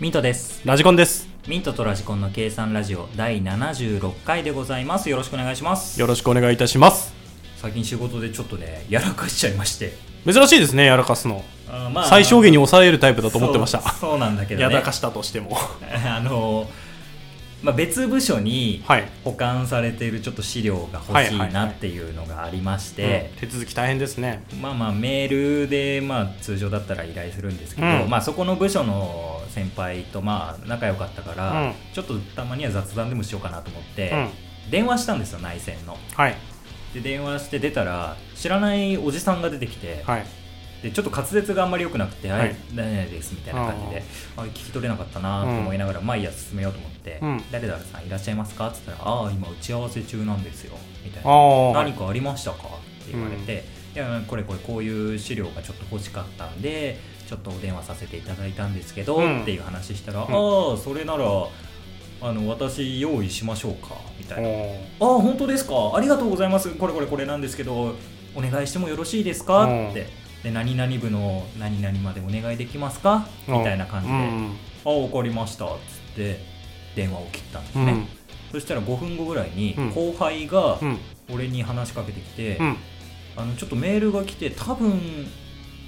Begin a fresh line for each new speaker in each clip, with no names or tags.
ミントです
ラジコンです。
ミントとラジコンの計算ラジオ第76回でございますよろしくお願いします
よろしくお願いいたします。
最近仕事でちょっとねやらかしちゃいまして
珍しいですね、やらかすの。
あーま
最小限に
多
抑えるタイプだと思ってました。
そうそうなんだけどね
やらかしたとしても。
あの、まあ、別部署に
はい。
保管されているちょっと資料が欲しいなっていうのがありまして、
うん手続き大変ですね。
まあまあメールでまあ通常だったら依頼するんですけど、
うん
まあそこの部署の先輩とまあ仲良かったから、
うん
ちょっとたまには雑談でもしようかなと思って、
うん。
電話したんですよ内線の
はい。
で電話して出たら知らないおじさんが出てきて、
はい。
でちょっと滑舌があんまり良くなくて「
はい
はい、何々です」みたいな感じであ聞き取れなかったなと思いながら、まあいいや進めようと思って「
うん
誰々さんいらっしゃいますか?」っつったら「ああ今打ち合わせ中なんですよ」みたい
あ
な
あ。
何かありましたか?」って言われて、いやこれこれこういう資料がちょっと欲しかったんでちょっとお電話させていただいたんですけど、
うん
っていう話したら「
ん
ああそれならあの私用意しましょうか」みたいな「あ
お
あ本当ですかありがとうございますこれこれこれなんですけどお願いしてもよろしいですか?」
うん
って。で何々部の何々までお願いできますか
ー
みたいな感じで
う
「ああ分かりました」っつって電話を切ったんです
ん。う
ね、
ん。
そしたら5分後ぐらいに
うん
後輩が
うん。
俺に話しかけてきて、
うん。
あのちょっとメールが来て多分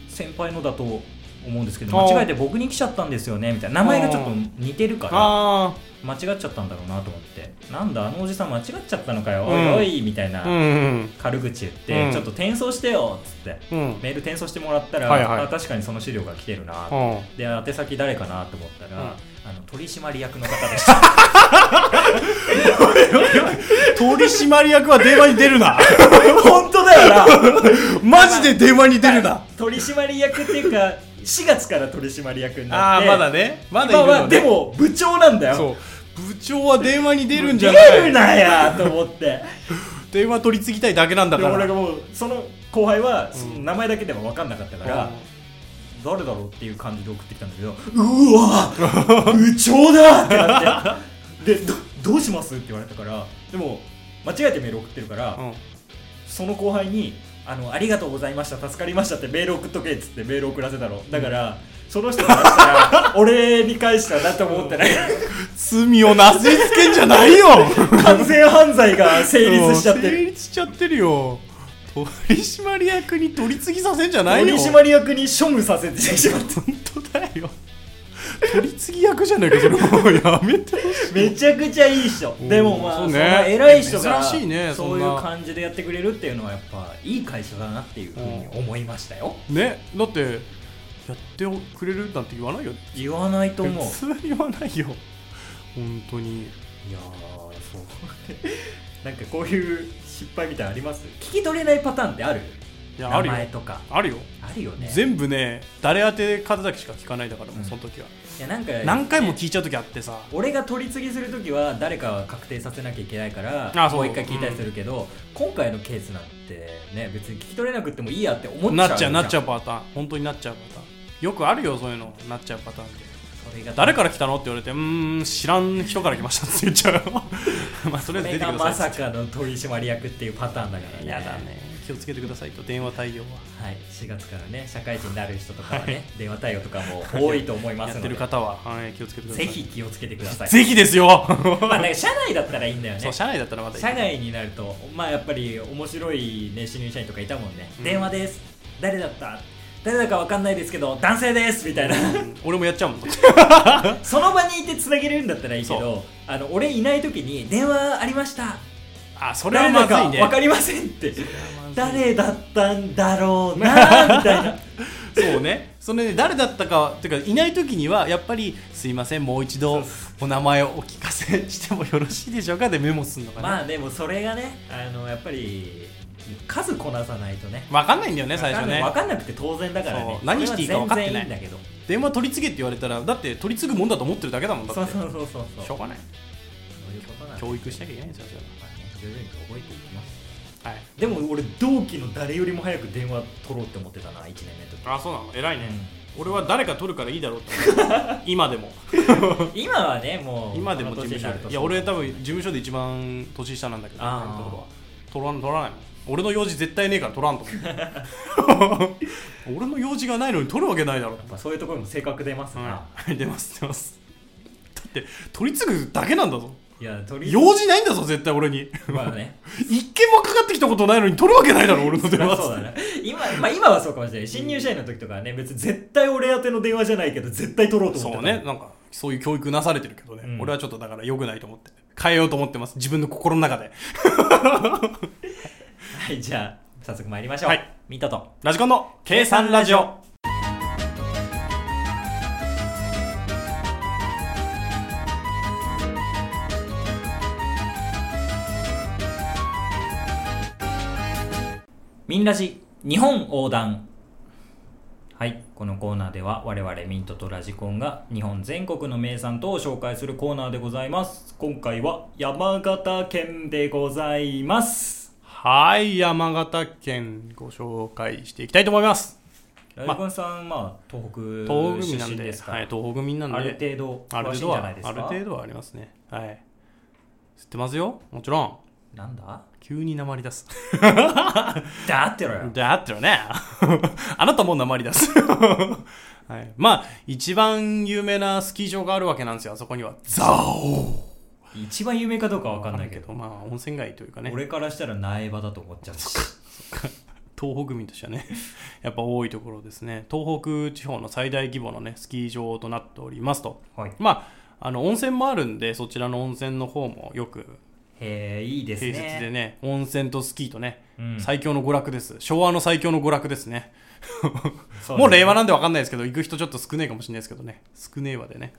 先輩のだと思うんですけど
あー
間違えて僕に来ちゃったんですよねみたいな名前がちょっと似てるから
あ
間違っちゃったんだろうなと思ってなんだあのおじさん間違っちゃったのかよ、
うん
おいおいみたいな
あ。うん。
軽口言って、
うん
ちょっと転送してよっつって
うん。
メール転送してもらったら、
はいはい
あ確かにその資料が来てるな
う
と
ん。
で宛先誰かなと思ったら、
うん
あの取締役の方で した
取締役は電話に出 るな
本当だよな
マジで電話に出るな
取締役っていうか4月から取締役になっ
ああ、
て
まだね。まだい
今
る
は
のね
でも部長なんだよ
そう。部長は電話に出るんじ
出
ゃない
るなやと思って
電話取り次ぎたいだけなんだ
で
から。
俺がもうその後輩はその
うん
名前だけでは分かんなかったから、誰だろうっていう感じで送ってきたんだけどうわー部長だってなってでどどうしますって言われたからでも間違えてメール送ってるから、
うん。
その後輩にあの「ありがとうございました助かりました」ってメール送っとけっつってメール送らせたのだから、その人からしたら俺に返したなとも思って ない
罪をなすりつけんじゃないよ
完全犯罪が 成立しちゃってる
成立しちゃってるよ取締役に取り次ぎさせんじゃない
取
よ
締役に処務させてしまった
本当だよ取り次ぎ役じゃないかそれもうやめてほしい
めちゃくちゃいい人
うん
でもまあ
そ
そうう、
ね
偉い人が
珍しいねそ
そうんい
な
う感じでやってくれるっていうのはやっぱいい会社だなっていうふうに思いましたよ
ねだってやってくれるなんて言わないよね
言わないと
普
思う
通言わないよ本当に
いやーそうなんかこういう失敗みたいなのあります聞き取れないパターンってある
いや
名
あるよ
前とか
あるよ
あるよね
全部ね誰宛て数だけしか聞かないだからもう
うん
その時は、
いやなんか
何回も聞いちゃう時あってさ
俺が取り次ぎするときは誰かは確定させなきゃいけないから
あそう
もう一回聞いたりするけど、今回のケースなんてね別に聞き取れなくてもいいやって思っちゃう
なっちゃうなっちゃう
じ
パターン本当になっちゃうパターンよくあるよそういうのなっちゃうパターンで
ゃんそれが
誰
か
から来たのって言われてうーん知らん人から来ましたって言っちゃう まあと
そ
りあえず
れ
出て
が
くだ
ま
さい
さかの取締役っていうパターンだからね
やだね気をつけてくださいと電話対応は
はい、4月からね社会人になる人とかはね、電話対応とかも多いと思いま
や
す
っ
の
て
で
る方は、はい、気をつけてくださ
ぜ
い
ひ気をつけてください
ぜひですよ
まあ、ね、社内だったらいいんだよね
そう社内だったらまだいい
社外になるとまあやっぱり面白い、ね、新入社員とかいたもんね、
うん
電話です誰だった誰だかわかんないですけど男性ですみたいな
うん俺もやっ ちゃうもん
その場にいてつなげれるんだったらいいけ
そ
どあの俺いない時に電話ありました
あそれは
誰
ま
だ
ず
か
いね
わかりませんって誰だったんだろうなみ たいな
そうねそれね誰だったかっていうかいない時にはやっぱりすいませんもう一
そ
度
うそ
お名前をお聞かせしてもよろしいでしょうかでメモするのかね、
まあでもそれがねあのやっぱり数こなさないとね
分かんないんだよね最初ね
分かんなくて当然だからね
そう何していいか分かってない
それは全然いいんだけど
電話取り次げって言われたらだって取り次ぐもんだと思ってるだけだもんだって
そうそうそうそう
しょうがない
そういうことなんだ、ま
教育しなきゃいけないんですよそれ
あね、徐々に覚えていきます
ははい
でも俺同期の誰よりも早く電話取ろうって思ってたな1年目の時
あそうなの偉いね、俺は誰か取るからいいだ ろうって今でも
今はねもう
今でも
こ
事
の年
務
になる
所
と
でいや俺多分事務所で一番年下なんだけど
あー
俺のところは取らん取らないもん俺の用事絶対ねえから取らんと思う俺の用事がないのに取るわけないだろ
やっぱそういうところも性格出ますな、
うん出ます出ますって取り継ぐだけなんだぞ
いや取り
用事ないんだぞ絶対俺に
まあ ね
一件もかかってきたことないのに取るわけないだろ俺の電話
そうだね今,、まあ、今はそうかもしれない新入社員の時とかはね別に絶対俺宛ての電話じゃないけど絶対取ろうと思っ
そう
てた
ねなんかそういう教育なされてるけどね、
うん
俺はちょっとだから良くないと思って変えようと思ってます自分の心の中で
はいじゃあ早速参りましょう、
はい、
ミントと
ラジコンの計算ラジオ
ミンラジ日本横断はいこのコーナーでは我々ミントとラジコンが日本全国の名産等を紹介するコーナーでございます今回は山形県でございます
はい山形県ご紹介していきたいと思います
ラジコンさん、まあ、東北
東北民な
出
ん
身
で
ですから、
はい、東北民なんで
ある程度
ある
詳しいん
程度
じゃない
は
ですか
ある程度はありますねはい知ってますよもちろん
なんだ
急に鉛出す
だってろよ
だってよね あなたも鉛出す、 はい、まあ一番有名なスキー場があるわけなんですよあそこにはザオ
一番有名かどうかわかんないけど、
まあ温泉街というかね
俺からしたら苗場だと思っちゃう
東北民としてはねやっぱ多いところですね東北地方の最大規模のねスキー場となっておりますと
はいへ
まああの温泉もあるんでそちらの温泉の方もよく
えいいですね
平日でね温泉とスキーとね、
うん
最強の娯楽です昭和の最強の娯楽ですね
そうだね
もう令和なんで分かんないですけど行く人ちょっと少ないかもしれないですけどね少ねえわでね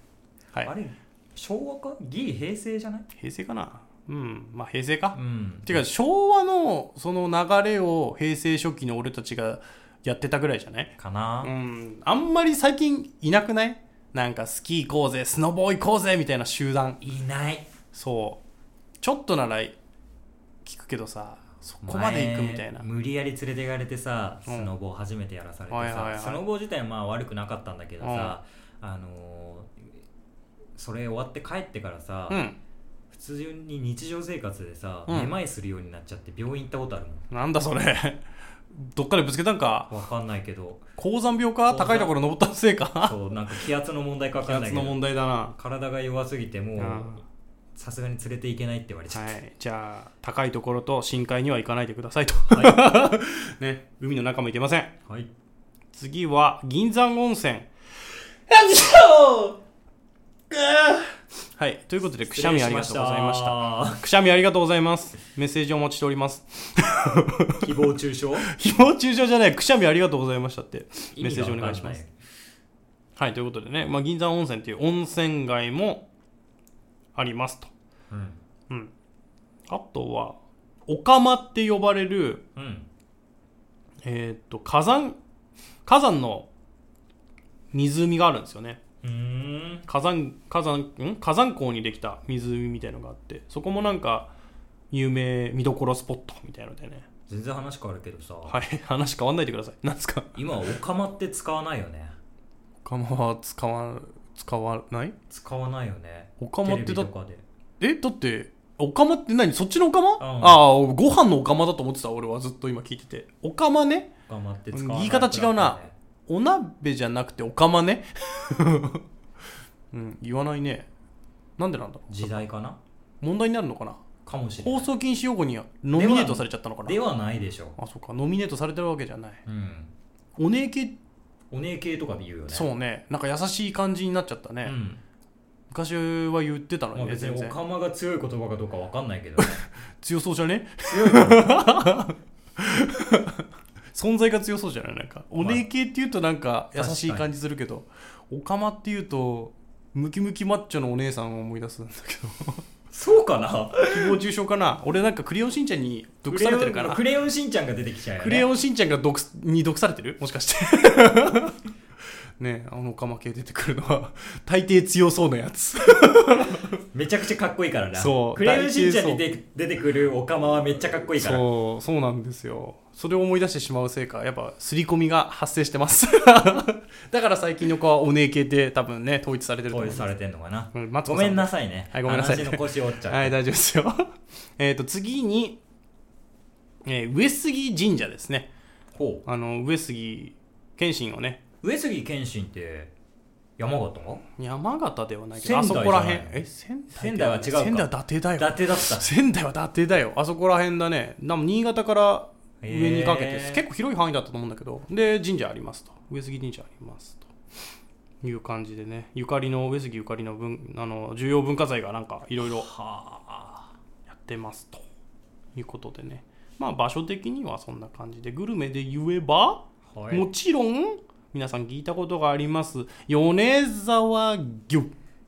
はい
あれ昭和かギリ平成じゃない
平成かなうんまあ平成か、
うん
ていうか昭和のその流れを平成初期の俺たちがやってたぐらいじゃない
かな、
うんあんまり最近いなくないなんかスキー行こうぜスノボー行こうぜみたいな集団
いない
そうちょっとなら聞くけどさそこまで行くみたいな
前無理やり連れていかれてさス
うん
ノボを初めてやらされてさ、
はいはいはい
スノボ自体はまあ悪くなかったんだけどさ、あのーそれ終わって帰ってからさ、
うん
普通に日常生活でさ、
うん
めまいするようになっちゃって病院行ったことあるもん
なんだそれ どっかでぶつけたんか
わかんないけど
高山病
高
か
山
高いところ登ったせいか
そうなんか気圧の問題かわ
気
かんない
圧
け
の
ど
問題だなは
体が弱すぎてもう
うん
さすがに連れていけないって言われちゃった、
いじゃあ高いところと深海には行かないでくださいと、 ね海の中も行けません
はい、
次は銀山温泉 はいということでくしゃみありがとうございました
た
くしゃみありがとうございますメッセージをお待ちしております
誹謗中傷
誹謗中傷じゃないくしゃみありがとうございましたって
意
メッ
味
セー
が
ジお
わ
願い
か
し
んな
ま
い
すはいということでね、まあ、銀山温泉っていう温泉街もありますと
うん
うんあとはお釜って呼ばれる
うん
えーっと火山火山の湖があるんですよね
うーん
火山火山ん火山港にできた湖みたいのがあってそこもなんか有名見どころスポットみたいのでね
全然話変わるけどさ、
はい 話変わんないでください何ですか
今お釜って使わないよね
お釜は使わ使わない
使わないよね
お釜って
テレビ
だ
と
っ
かで
えだってお釜って何そっちのお釜、ああご飯のお釜だと思ってた俺はずっと今聞いててお釜ね
お釜って使わない
言い方違うなお鍋じゃなくてお釜ね うん言わないねなんでなんだろ
時代かな
う問題になるのかな
かもしれ
放
ない
送禁止用語にノミネートされちゃったのかな
ではないでしょ
あそうかノミネートされてるわけじゃない
うん
お姉系、
お姉系とかで言うよね
そうねなんか優しい感じになっちゃった
う
ね、
ん
昔は言ってた
ま
のに
あ、
ね
別
全
にお
然
釜が強い言葉かどうかわかんない けど、ね、
強そうじゃね
強いよね
存在が強そうじゃないなんかお姉系っていうとなんか優しい
確か
感じするけどおかまっていうとムキムキマッチョのお姉さんを思い出すんだけど
そうかな
誹謗中傷かな俺なんかクレヨンしんちゃんに毒されてるかな
クレヨンクレヨンしんちゃんが出てきちゃうよ、ね、
クレヨンしんちゃんが毒すに毒されてるもしかして ねえあのオカマ系出てくるのは大抵強そうなやつ
めちゃくちゃかっこいいからな
そう
クレヨンしんちゃん
大
に
体
で出てくるお釜はめっちゃかっこいいから
そうそうなんですよそれを思い出してしまうせいかやっぱ刷り込みが発生してます だから最近の子はお姉系で多分ね統一されてると
統
思う
一されてんのかな、
うんマツコ
ご
さん
めんなさいね
はいごめんなさい
話の腰折っちゃって、
はい大丈夫ですよ えっと次に、えー上杉神社ですね
ほ
あの上杉謙信をね
う上杉謙信って山形
山形ではないけど、あ
仙
そ
台
こらへん
じゃない。の
え、仙台
仙台は違うか
仙台は伊達だ
伊
よ。
達だった
仙台は伊達だよあそこら辺だねなんか新潟から上にかけてです
へー
結構広い範囲だったと思うんだけどで神社ありますと上杉神社ありますという感じでねゆかりの上杉ゆかりの文あの重要文化財がなんかいろいろ
はあ
やってますということでねまあ場所的にはそんな感じでグルメで言えば
はい
もちろん皆さん聞いたことがあります米沢牛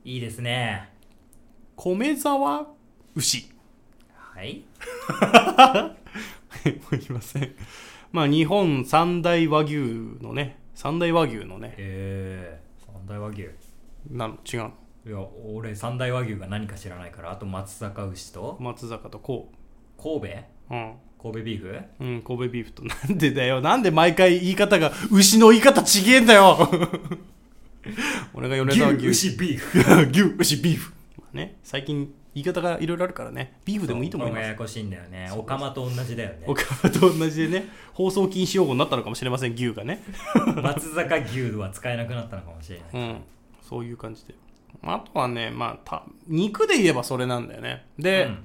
いいですね
米沢牛
はい
はい もういません。まあ、日本三大和牛のね、三大和牛のね、
えー、三大和牛
なの、違うの。
いや俺三大和牛が何か知らないからあと松阪牛と
松坂とこ
神戸
う。うん。
神戸ビーフ
うん、神戸ビーフと。 なんでだよ。なんで毎回言い方が、牛の言い方ちげえんだよ。 俺が米沢牛。
牛牛ビーフ
牛、牛、ビーフ。まあね、最近言い方がいろいろあるからね、ビーフでもいいと思い
これも
ま
や
す。
やこしいんだよねオカマと同じだよね
お母と同じでね、放送禁止用語になったのかもしれません、牛がね。
松阪牛は使えなくなったのかもしれない
うん、そういう感じであとはね、まあ、た肉で言えばそれなんだよねで、
うん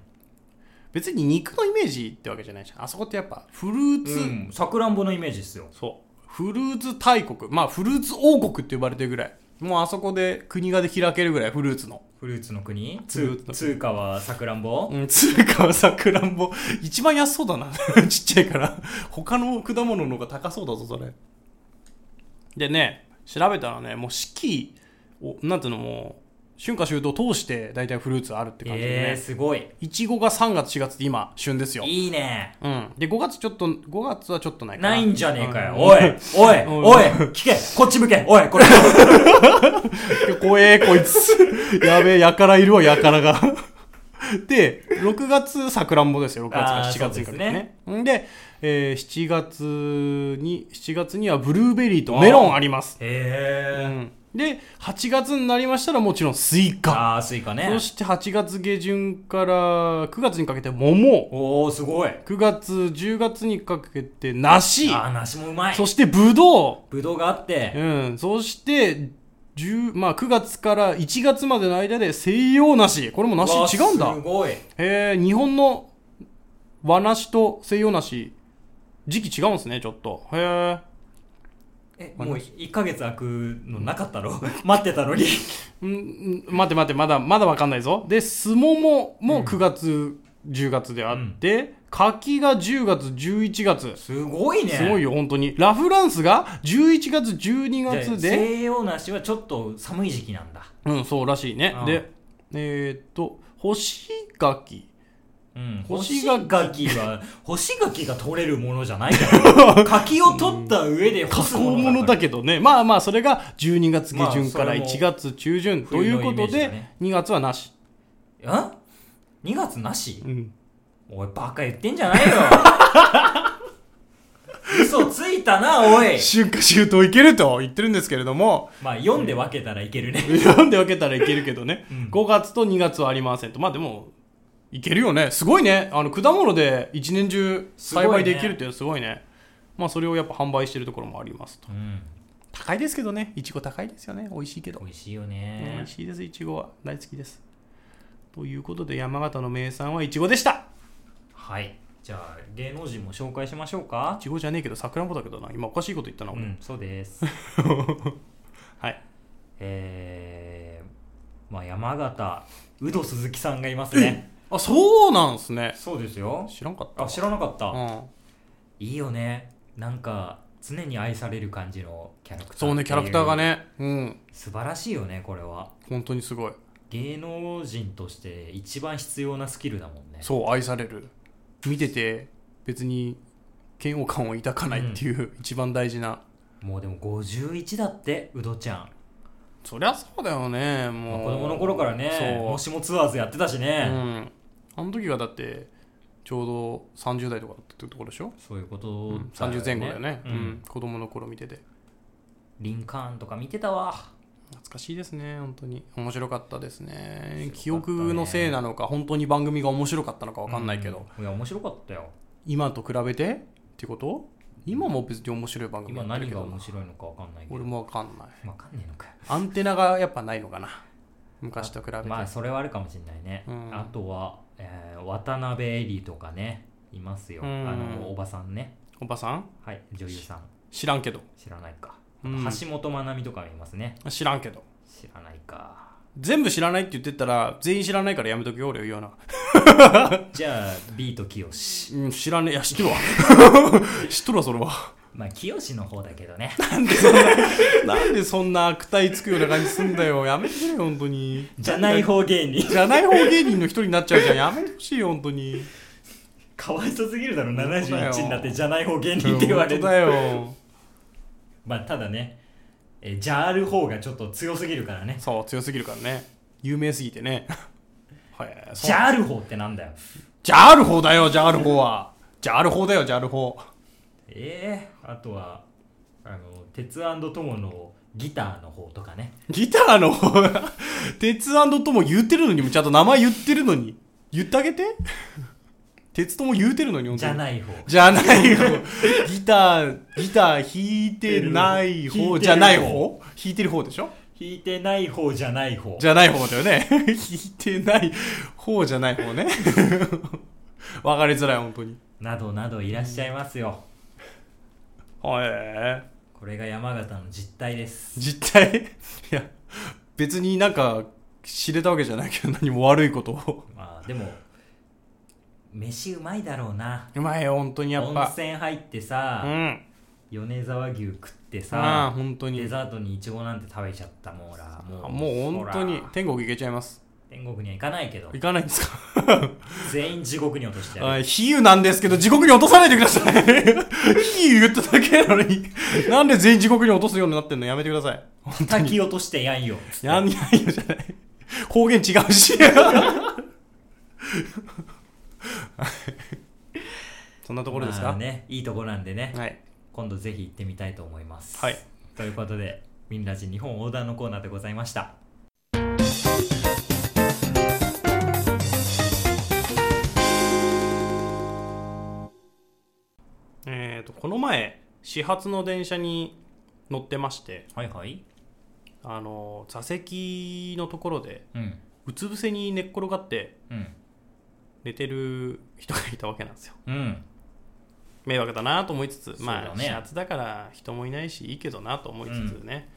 別に肉のイメージってわけじゃないじゃんあそこってやっぱフルーツ、
うんさくらんぼのイメージですよ
そうフルーツ大国まあフルーツ王国って呼ばれてるぐらいもうあそこで国がで開けるぐらいフルーツの、
フルーツの国
フルーツの
通
国
通貨はさくらんぼ
うん、通貨はさくらんぼ一番安そうだな ちっちゃいから他の果物の方が高そうだぞそれでね調べたらねもう四季をなんていうのもう春夏秋冬通して大体フルーツあるって感じでね、
えー、すごい
いちごが3月4月で今旬ですよ。
いいね
うん。で5月ちょっと5月はちょっとないかな。
ないんじゃねえかよ、
うん
おいおいお
お
い
い
聞けこっち向けおい これ
怖えこいつ。やべえやからいるわやからが。で6月さくらんぼですよ6月
あ
か
ー
7月にかけてね。でえー7月に7月にはブルーベリーとメロンあります。う
へえ
ん、で8月になりましたらもちろんスイ
ー、
カ。
ああスイカね
そして8月下旬から9月にかけて桃。
おおすごい
9月10月にかけて梨。
ああ梨もうまい
そして、ぶどう。
ぶどうがあって
うん。そして、10まあ、9月から1月までの間で西洋梨。これも
わあ
梨違うんだ
す。ごい
へえ、日本の和梨と西洋梨、時期違うんですね、ちょっと。へえ。
えもう1ヶ月空くのなかったろ 待ってたのに
うんうん、待って待って、まだ、まだわかんないぞ。で、すももも9月、10月であって、柿が10月、11月。
すごいね
すごいよ、本当に。ラフランスが11月、12
じゃあ
月で。
西洋梨はちょっと寒い時期なんだ
うん、そうらしいね。
うん
で、えーっと、干し柿。
うん、干
干
し
し
柿 は、干し柿が取れるものじゃないから。 柿を取った上で干
加
す
工
もの
物
だか
だけどね。まあまあ、それが12月下
まあ
旬
それ
か
も
ら1月中旬というこ
冬のイメー
と
ジだ
で、
ね
2月はなし。
ら。ん ?2 月なし
うん。
おい、バカ言ってんじゃ ないよ。嘘ついたな、おい。
春夏秋冬いけると言ってるんですけれども、
まあ、読んで分けたらいけるね。
読んで分けたらいけるけどね。
うん
5月と2月はありませんと。まあでも、いけるよね。すごいね。あの、果物で一年中栽培できるっていうのはすごいね。まあそれをやっぱ販売してるところもありますと。
うん。
高いですけどね。いちご高いですよね。美味しいけど。
美味しいよ
美
ね
味。しいですいちごは大好きですということで山形の名産はいちごでした
はい。じゃあ、芸能人も紹介しましょうか
い。ちごじゃねえけどさくらんぼだけどな今おかしいこと言ったな
う
俺、
ん、そうです。
はい
えー、まあ、山形、ウド鈴木さんがいますね。
あそうなんすね
そうですよ。
知らんかった
あ、知らなかった。
うん、
いいよねなんか常に愛される感じのキャラクター
そうね
って
キ
い
ャラクターがねうん
素晴らしいよねこれは
本当にすごい
芸能人として一番必要なスキルだもんね
そう愛される見てて別に嫌悪感を抱かないっていう、一番大事な
もうでも51だってウドちゃん、
そりゃそうだよね
まあ
もう
子供の頃からね
そう
もしもツアーズやってたし
う
ね、
んあの時がだってちょうど30代とかだったってところでしょ
そういうこと、
30前後だよね、
う
うんん子供の頃見てて
リンカーンとか見てたわ
懐かしいですね本当に面白かったですね
面白かったね
記憶のせいなのか本当に番組が面白かったのか分かんないけど、、
うんいや面白かったよ
今と比べてってこと今も別に面白い番組
今
やって
何
るけ
が
ど
面白いのかわかんないけど
俺もわかんない
わかんねえのかよ
アンテナがやっぱないのかな昔と比べて、
まあそれはあるかもしれないね、
うん
あとは、えー渡辺恵里とかねいますよ、
うん
あのおばさんね
おばさん
はい女優さん
知らんけど、
知らないか、
うん
橋本まなみとかもいますね
知らんけど
知らないか
全部知らないって言ってたら全員知らないからやめとけよ俺を言わな、
じゃあビートきよし
うん、知らねえいや知っとるわ 知っとるわそれは
まあきよしの方だけ どね
なんでそんな悪態つくような感じすんだよやめてくれよ本当に
じゃない方芸人
じゃない方芸人の一人になっちゃうじゃんやめてほしいよ本 当に
かわいそすぎるだろ
当だよ
71になってじゃない方芸人って言われ
本
る
当だよ
まあただねえーじゃある方がちょっと強すぎるからね
そう強すぎるからね有名すぎてねはいそう
じゃある方ってなんだよ
じゃある方だよじゃある方はじゃある方だよじゃある方
ええあとはあの鉄友のギターの方とかね
ギターの方が鉄とも言ってるのにもちゃんと名前言ってるのに言ってあげて鉄とも言うてるのに本
じ
当
ゃ
に
ない方
じゃない方ギターギター弾いてな
弾い
い
て
方
る
じゃない方弾いてる方でしょ
弾いてない方じゃない方
じゃない方だよね 弾いてない方じゃない方ね わかりづらい本当に
などなどいらっしゃいますよ
はい、え
これが山形の実態です
実態 いや別になんか知れたわけじゃないけど何も悪いことを
まあでも飯うまいだろうな
うまいよ本当にやっ
温
ぱ
泉入って
う
さ、
ん
米沢牛食って
ああ
さ
本当
デ
に
ザートにイチゴなんて食べちゃったもんらも
あ
う
もう本当に
ほら
天国行けちゃいます
天国には行かないけど
行かないんですか
全員地獄に落と してやる
はい比喩なんですけど地獄に落とさないでください 比喩言っただけなのになんで全員地獄に落とすようになってんのやめてください本当
叩
に
き落としてやんよつって
やんないよじゃない方言違うしそんなところです
ま
か、
あねいいとこなんでね
はい
今度ぜひ行ってみたいと思います。
はい、
ということで「みんなち日本横断」のコーナーでございました。
えー、とこの前始発の電車に乗ってまして
はいはい。
あの座席のところで
うん。
うつ伏せに寝っ転がって
うん。
寝てる人がいたわけなんですよ
うん。
迷惑だなと思いつつ、ま
そう
あ
だね
始発だから人もいないしいいけどなと思いつつね、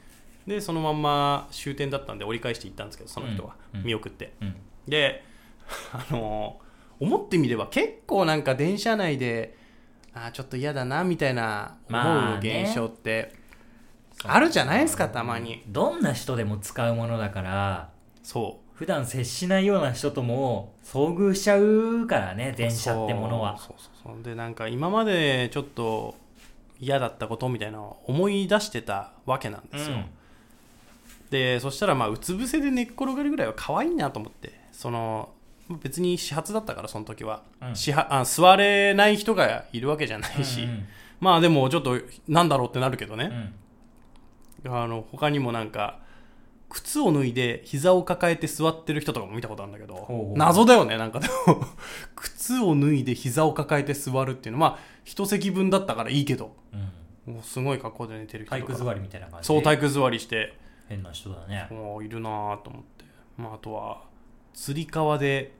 でそのまんま終点だったんで折り返していったんですけどその人は
うんうん
見送って、
うん。
で あの思ってみれば結構なんか電車内であーちょっと嫌だなみたいな
ま
思う
あね
現象ってあるじゃないですかたまに
どんな人でも使うものだから、
そう
普段接しないような人とも遭遇しちゃうからね、電車ってものは。
そうそうそうそうでなんか今までちょっと嫌だったことみたいなのを思い出してたわけなんですよ、でそしたらまあうつ伏せで寝っ転がるぐらいは可愛いなと思ってその別に始発だったからその時は、
うん
始発あ座れない人がいるわけじゃないし、
うん
まあでもちょっとなんだろうってなるけど
うんう
ね、
ん
あの他にもなんか靴を脱いで膝を抱えて座ってる人とかも見たことあるんだけど
ほうほう
謎だよねなんかでも靴を脱いで膝を抱えて座るっていうのはまあ一席分だったからいいけど
うん
もうすごい格好で寝てる人
体
とか
育座りみたいな感じ
そう体育座りして
変な人だね。
もういるなぁと思って、まあ、あとは釣り革で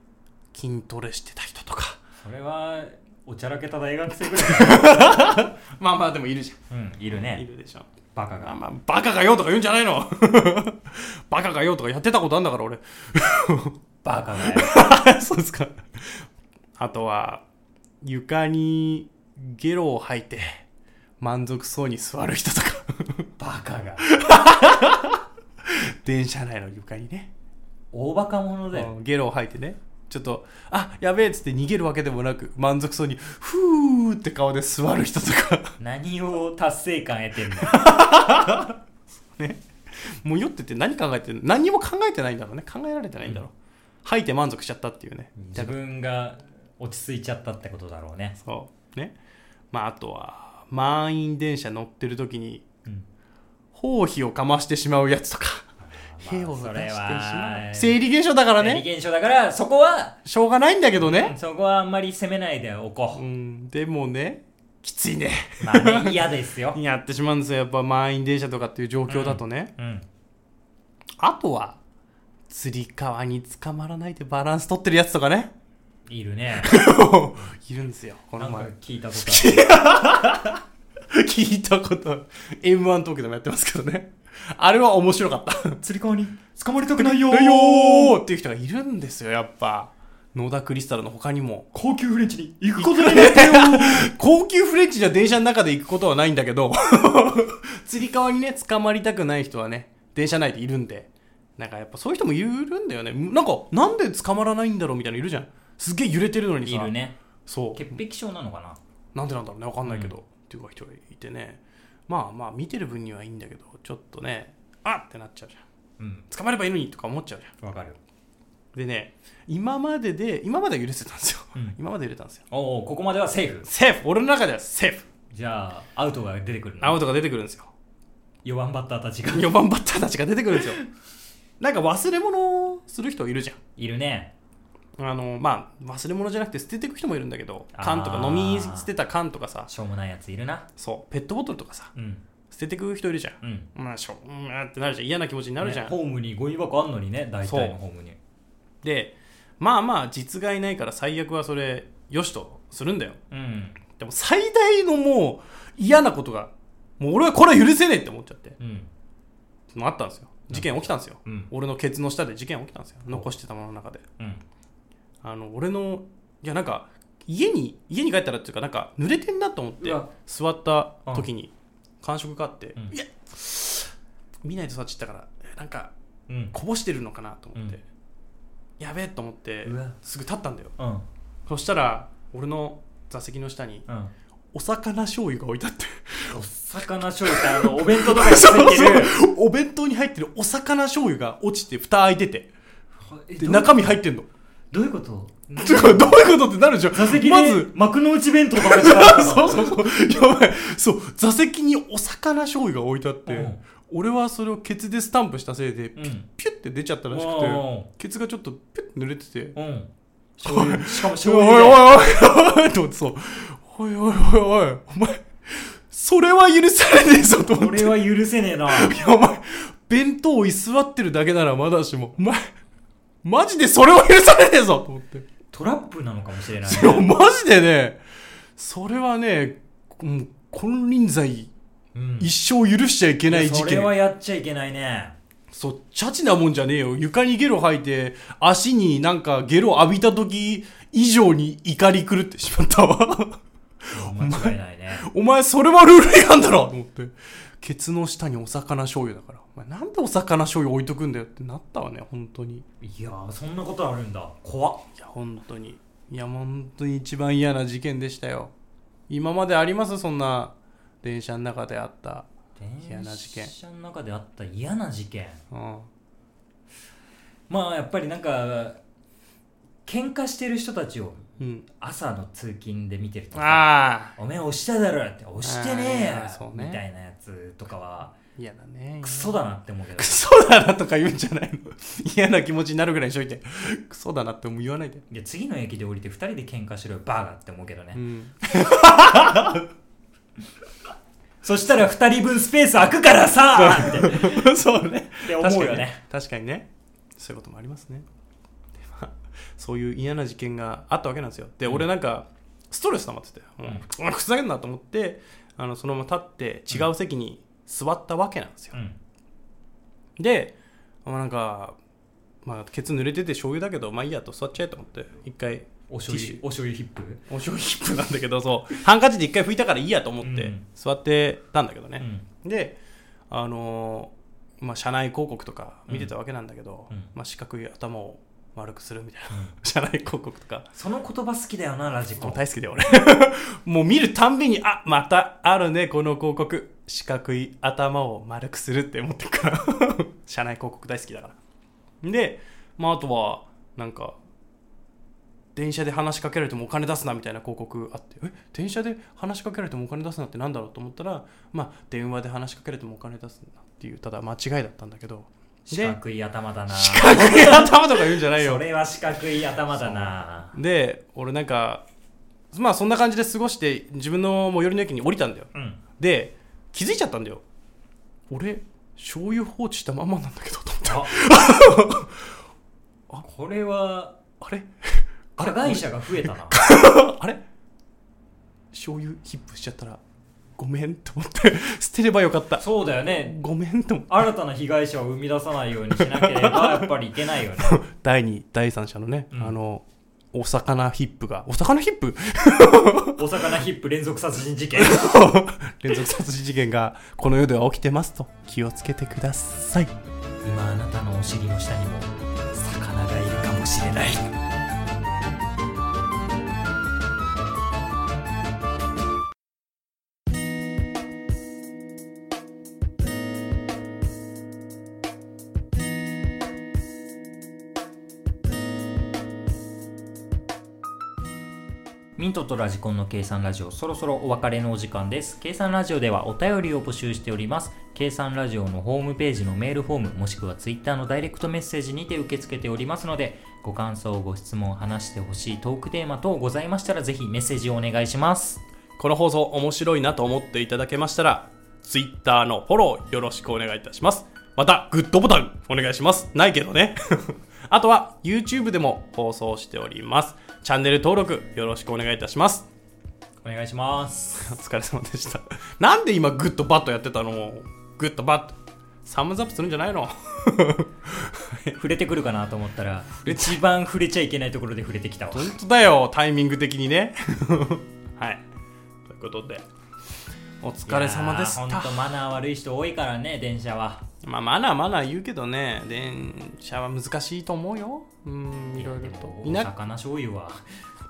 筋トレしてた人とか
それは、おちゃらけた大学生ぐらい。
まあまあでもいるじ
うん、いる
ゃんい
ね。
るでしょ
バカ
まあ
が。
まあバカがよとか言うんじゃないの バカがよとかやってたことあんだから俺
バ カがよ。
そうですかあとは床にゲロを吐いて満足そうに座る人とか
バカが。
電車内の床にね
大バカ者だよ。
ゲロを吐いてねちょっとあやべえっつって逃げるわけでもなく満足そうにふーって顔で座る人とか
何を達成感得てんの
ねもう酔ってて何考えてる何にも考えてないんだろうね考えられてないんだろう、吐いて満足しちゃったっていうね
自分が落ち着いちゃったってことだろうね、
そうねまああとは満員電車乗ってる時に
うん
包皮をかましてしまう やつとか
まあ
屁を出してしま
そ
う
れは
生理現象だからね
生理現象だからそこは
しょうがないんだけどね、
そこはあんまり責めないでおこ
う
う、
ん、でもねきついね
まあね、嫌ですよ。
やってしまうんですよやっぱ満員電車とかっていう状況だとね、
うん。
あとはつり革に捕まらないでバランス取ってるやつと かね
いるね。
いるんですよこ
な
の
んか
前
聞いたことある。
聞いたこと m 1東京でもやってますけどねあれは面白 かった
釣り革に捕まりたくないよ
だ
ー
よ ーっていう人がいるんですよやっぱ野田クリスタルの他にも
高級フレンチに行くことになったよ
高級フレンチじゃ電車の中で行くことはないんだけど つり革にね捕まりたくない人はね電車内でいるんでなんかやっぱそういう人もいるんだよねなんかなんで捕まらないんだろうみたいなのいるじゃんすっげえ揺れてるのに
ー
さ
いるね。
そう
潔癖症なのかな
なんでなんだろうね分かんないけど、っていうか人がいてねまあまあ見てる分にはいいんだけどちょっとねあっってなっちゃうじゃん
うん。
捕まればいいのにとか思っちゃうじゃん
わかる。
でね今までで今までは許せたんですよ、
うん
今までは許れたんですよ
おお、ここまではセーフ。
セーフ俺の中ではセーフ
じゃあ、アウトが出てくる
アウ
ト。
トが出てくるんですよ
4番バッターたちが。
4番バッターたちが出てくるんですよなんか忘れ物をする人いるじゃん
いるね。
あのまあ忘れ物じゃなくて捨てていく人もいるんだけど
あー
缶とか飲み捨てた缶とかさ
しょうもないやついるな。
そうペットボトルとかさ
うん。
捨ててく人いるじゃん、
うん。
まあしょうんあーってなるじゃん嫌な気持ちになるじゃん、
ねホームにゴミ箱あんのにね、大体
そう
のホームに。
でまあまあ実害ないから最悪はそれよしとするんだよ
うん。
でも最大のもう嫌なことがもう俺はこれは許せねえって思っちゃって
うん。
もうあったんですよ事件起きたんですよ、
うん
俺のケツの下で事件起きたんですよ残してたものの中で
うん。
あの俺のいやなんか家に家に帰ったらっていうかなんか濡れてんなと思っ
い
て
や
座った時に感触があって、
うん
いや見ないとさっちったからなんか
うん。
こぼしてるのかなと思って、
うん
やべえと思って
うわ
すぐ立ったんだよ
うん。
そしたら俺の座席の下に
うん。
お魚醤油が置いてあって
お魚醤油ってあの、お弁当とかにつ いてる。
そうお弁当に入ってるお魚醤油が落ちて蓋開いてて
え
で
どう
中身入ってんの
どういうこと
てかどういうことってなるじゃん
座席で
まず
幕の内弁当食べてたの
そう そうそうやばいそう座席にお魚醤油が置いてあって、
うん
俺はそれをケツでスタンプしたせいでピュッ
ん
ピュッて出ちゃったらしくて、
うん
ケツがちょっとピュッて濡れてて
うん醤油しかも
「おい
醤
おい
油で
おいおい!」と思ってそう「おいおいおいおいお前それは許されねえぞ」と思って
俺は許せねえない
や、お前、弁当椅子座ってるだけならまだしも、お前、マジでそれは許されねえぞと思って。
トラップなのかもしれない
いや、マジでね、それはね、もう金輪際、
うん
一生許しちゃいけない事
それは
件。
やっちゃいけないね
そう、チャチなもんじゃねえよ。床にゲロ吐いて、足になんかゲロ浴びた時以上に怒り狂ってしまったわ。
間違いないね
お前、それはルール違反だろと思って。ケツの下にお魚醤油だから。お前、なんでお魚醤油置いとくんだよってなったわね、本当に。
いやーそんなことあるんだ怖っ
いや本当にいや本当に一番嫌な事件でしたよ今までありますそんな電車の中であった嫌
電
な事件
車の中であった嫌な事件
うん
まあやっぱりなんか喧嘩してる人たちを
うん
朝の通勤で見てるとさ
ああ
おめえ押しただろって押してねえ
あー
や
そうね
みたいなやつとかは
嫌だね
クソだなって思うけど
クソだなとか言うんじゃないの 嫌な気持ちになるぐらいにしといてクソだなってもう言わないで
いや次の駅で降りて2人で喧嘩しろよバーガーって思うけどね、
うん
そしたら2人分スペース空くからさ って
そうね
って思うよね
確かにねそういうこともありますねでまあそういう嫌な事件があったわけなんですよで、俺なんかストレス溜まっててもう、うわふざけんなと思ってあのそのまま立って違う席に座ったわけなんですよ
う、ん
で、まあ、なんか、まあ、ケツ濡れてて醤油だけどまあいいやと座っちゃえと思って一回
お醤
ティッシ
油
ュ
お醤油ヒップ
お醤油ヒップなんだけどそうハンカチで一回拭いたからいいやと思って
うん
座ってたんだけどね、
うん
であのーまあ、社内広告とか見てたわけなんだけど、
うん
まあ、四角い頭を丸くするみたいな、 社内広告とか
その言葉好きだよなラジ
も
コ
う大好きだよ俺 もう見るたんびにあまたあるねこの広告四角い頭を丸くするって思ってるから 社内広告大好きだからで、まあ、あとはなんか電車で話しかけられてもお金出すなみたいな広告あってえ電車で話しかけられてもお金出すなってなんだろうと思ったら、まあ、電話で話しかけられてもお金出すなっていうただ間違いだったんだけど
四
で
角い頭だな
四 角い頭とか言うんじゃないよ
それは四角い頭だな
で俺なんかまあそんな感じで過ごして自分の最寄りの駅に降りたんだよ
うん
で気づいちゃったんだよ俺醤油放置したまんまなんだけどと思って
あ これは
あれ
加害者が増えた な
あれ醤油ヒップしちゃったらごめんと思って捨てればよかった
そうだよね
ごめんと思って
新たな被害者を生み出さないようにしなければ やっぱりいけないよね
第2第3者のね、
うん
あのお魚ヒップがお魚ヒップ
お魚ヒップ連続殺人事件
連続殺人事件がこの世では起きてますと気をつけてください
今あなたのお尻の下にも魚がいるかもしれないミントとラジコンの計算ラジオそろそろお別れのお時間です計算ラジオではお便りを募集しております計算ラジオのホームページのメールフォームもしくはツイッターのダイレクトメッセージにて受け付けておりますのでご感想ご質問話してほしいトークテーマ等ございましたらぜひメッセージをお願いします
この放送面白いなと思っていただけましたら Twitter のフォローよろしくお願いいたしますまたグッドボタンお願いしますないけどね あとは YouTube でも放送しておりますチャンネル登録よろしくお願いいたします
お願いします
お疲れ様でした なんで今グッドバットやってたのグッドバットサムズアップするんじゃないの
触れてくるかなと思ったら一番触れちゃいけないところで触れてきたわ
本当だよタイミング的にね はいということでお疲れ様でし
いやー
た
ほんとマナー悪い人多いからね電車は
まあ、マナーマナー言うけどね、電車は難しいと思うよ。うん、いろいろと。
お
いな
魚醤油は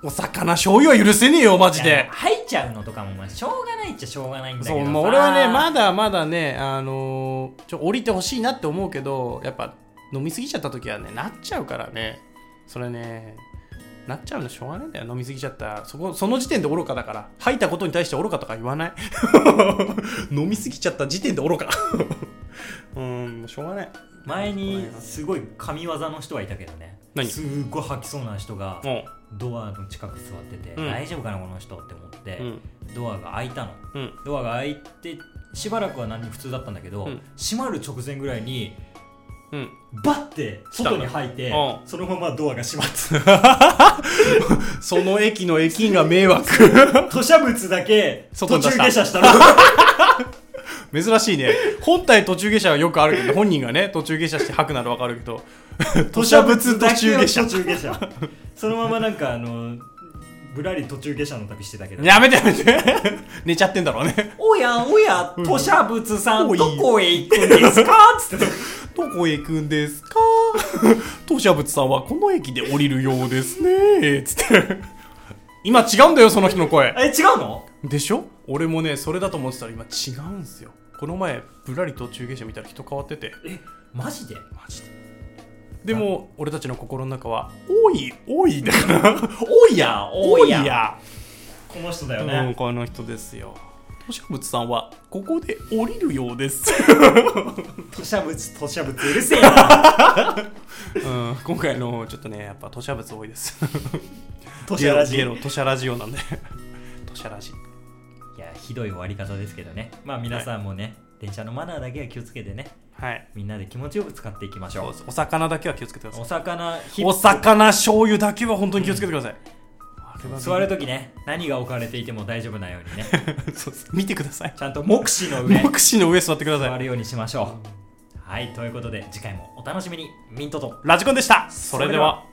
お魚醤油は許せねえよ、マ
い
ジ
や
で。
入っちゃうのとかもまあしょうがないっちゃしょうがないんだけど
そう、
さ
もう俺はね、まだまだね、あのーちょ、降りてほしいなって思うけど、やっぱ、飲みすぎちゃった時はね、なっちゃうからね。それね、なっちゃうのしょうがないんだよ、飲みすぎちゃった。そこ、その時点で愚かだから。吐いたことに対して愚かとか言わない。 飲みすぎちゃった時点で愚か。 うん、しょうがない。
前にすごい神業の人はいたけどね
何
すっごい吐きそうな人が
も
ドアの近く座ってて、
うん
大丈夫かなこの人って思って、
う、うん、
ドアが開いたの
うん。
ドアが開いてしばらくは何も普通だったんだけど、
うん
閉まる直前ぐらいに
うん、
バッて外に吐いて、
来たのう
そのままドアが閉まって
その駅の駅員が迷惑
吐砂物だけ途
外
中
に出し
下車
た
したの
珍しいね本体途中下車はよくあるけど本人がね途中下車して吐くならわかるけど吐砂物途中下車
途中下車そのままなんかあのぶらり途中下車の旅してたけど
やめてやめて 寝ちゃってんだろうね
おやおや吐砂物さん
おい
どこへ行くんです かつって
どこへ行くんですか 吐砂物さんはこの駅で降りるようですね つって今違うんだよその人の声
え違うの
でしょ俺もねそれだと思ってたら今違うんすよこの前ぶらり途中下車見たら人変わってて
えマジで
マジででも俺たちの心の中は「おいおい」だから「おいや おいや
この人だ」よ
うん
ね、
この人ですよ吐砂物さんはここで降りるようです、
吐砂物吐砂物うるせえ な
うん、今回のちょっとねやっぱ吐砂物多いです
吐砂ラジ
ゲロ
い
ゲロ吐砂ラジオなんで吐砂ラジ
やひどい終わり方ですけどねまあ皆さんもね、電車のマナーだけは気をつけてね
はい
みんなで気持ちよく使っていきまし
そ
ょ
う
う
ですお魚だけは気をつけてくださ
お魚ヒ
い
ップ
お魚醤油だけは本当に気をつけてください、あれは
座るときね何が置かれていても大丈夫なようにね
そうです見てください
ちゃんと目視の上
目視の上座ってくだ
座
さい
るようにしましょうはいということで次回もお楽しみにミントと
ラジコンでしたそれでは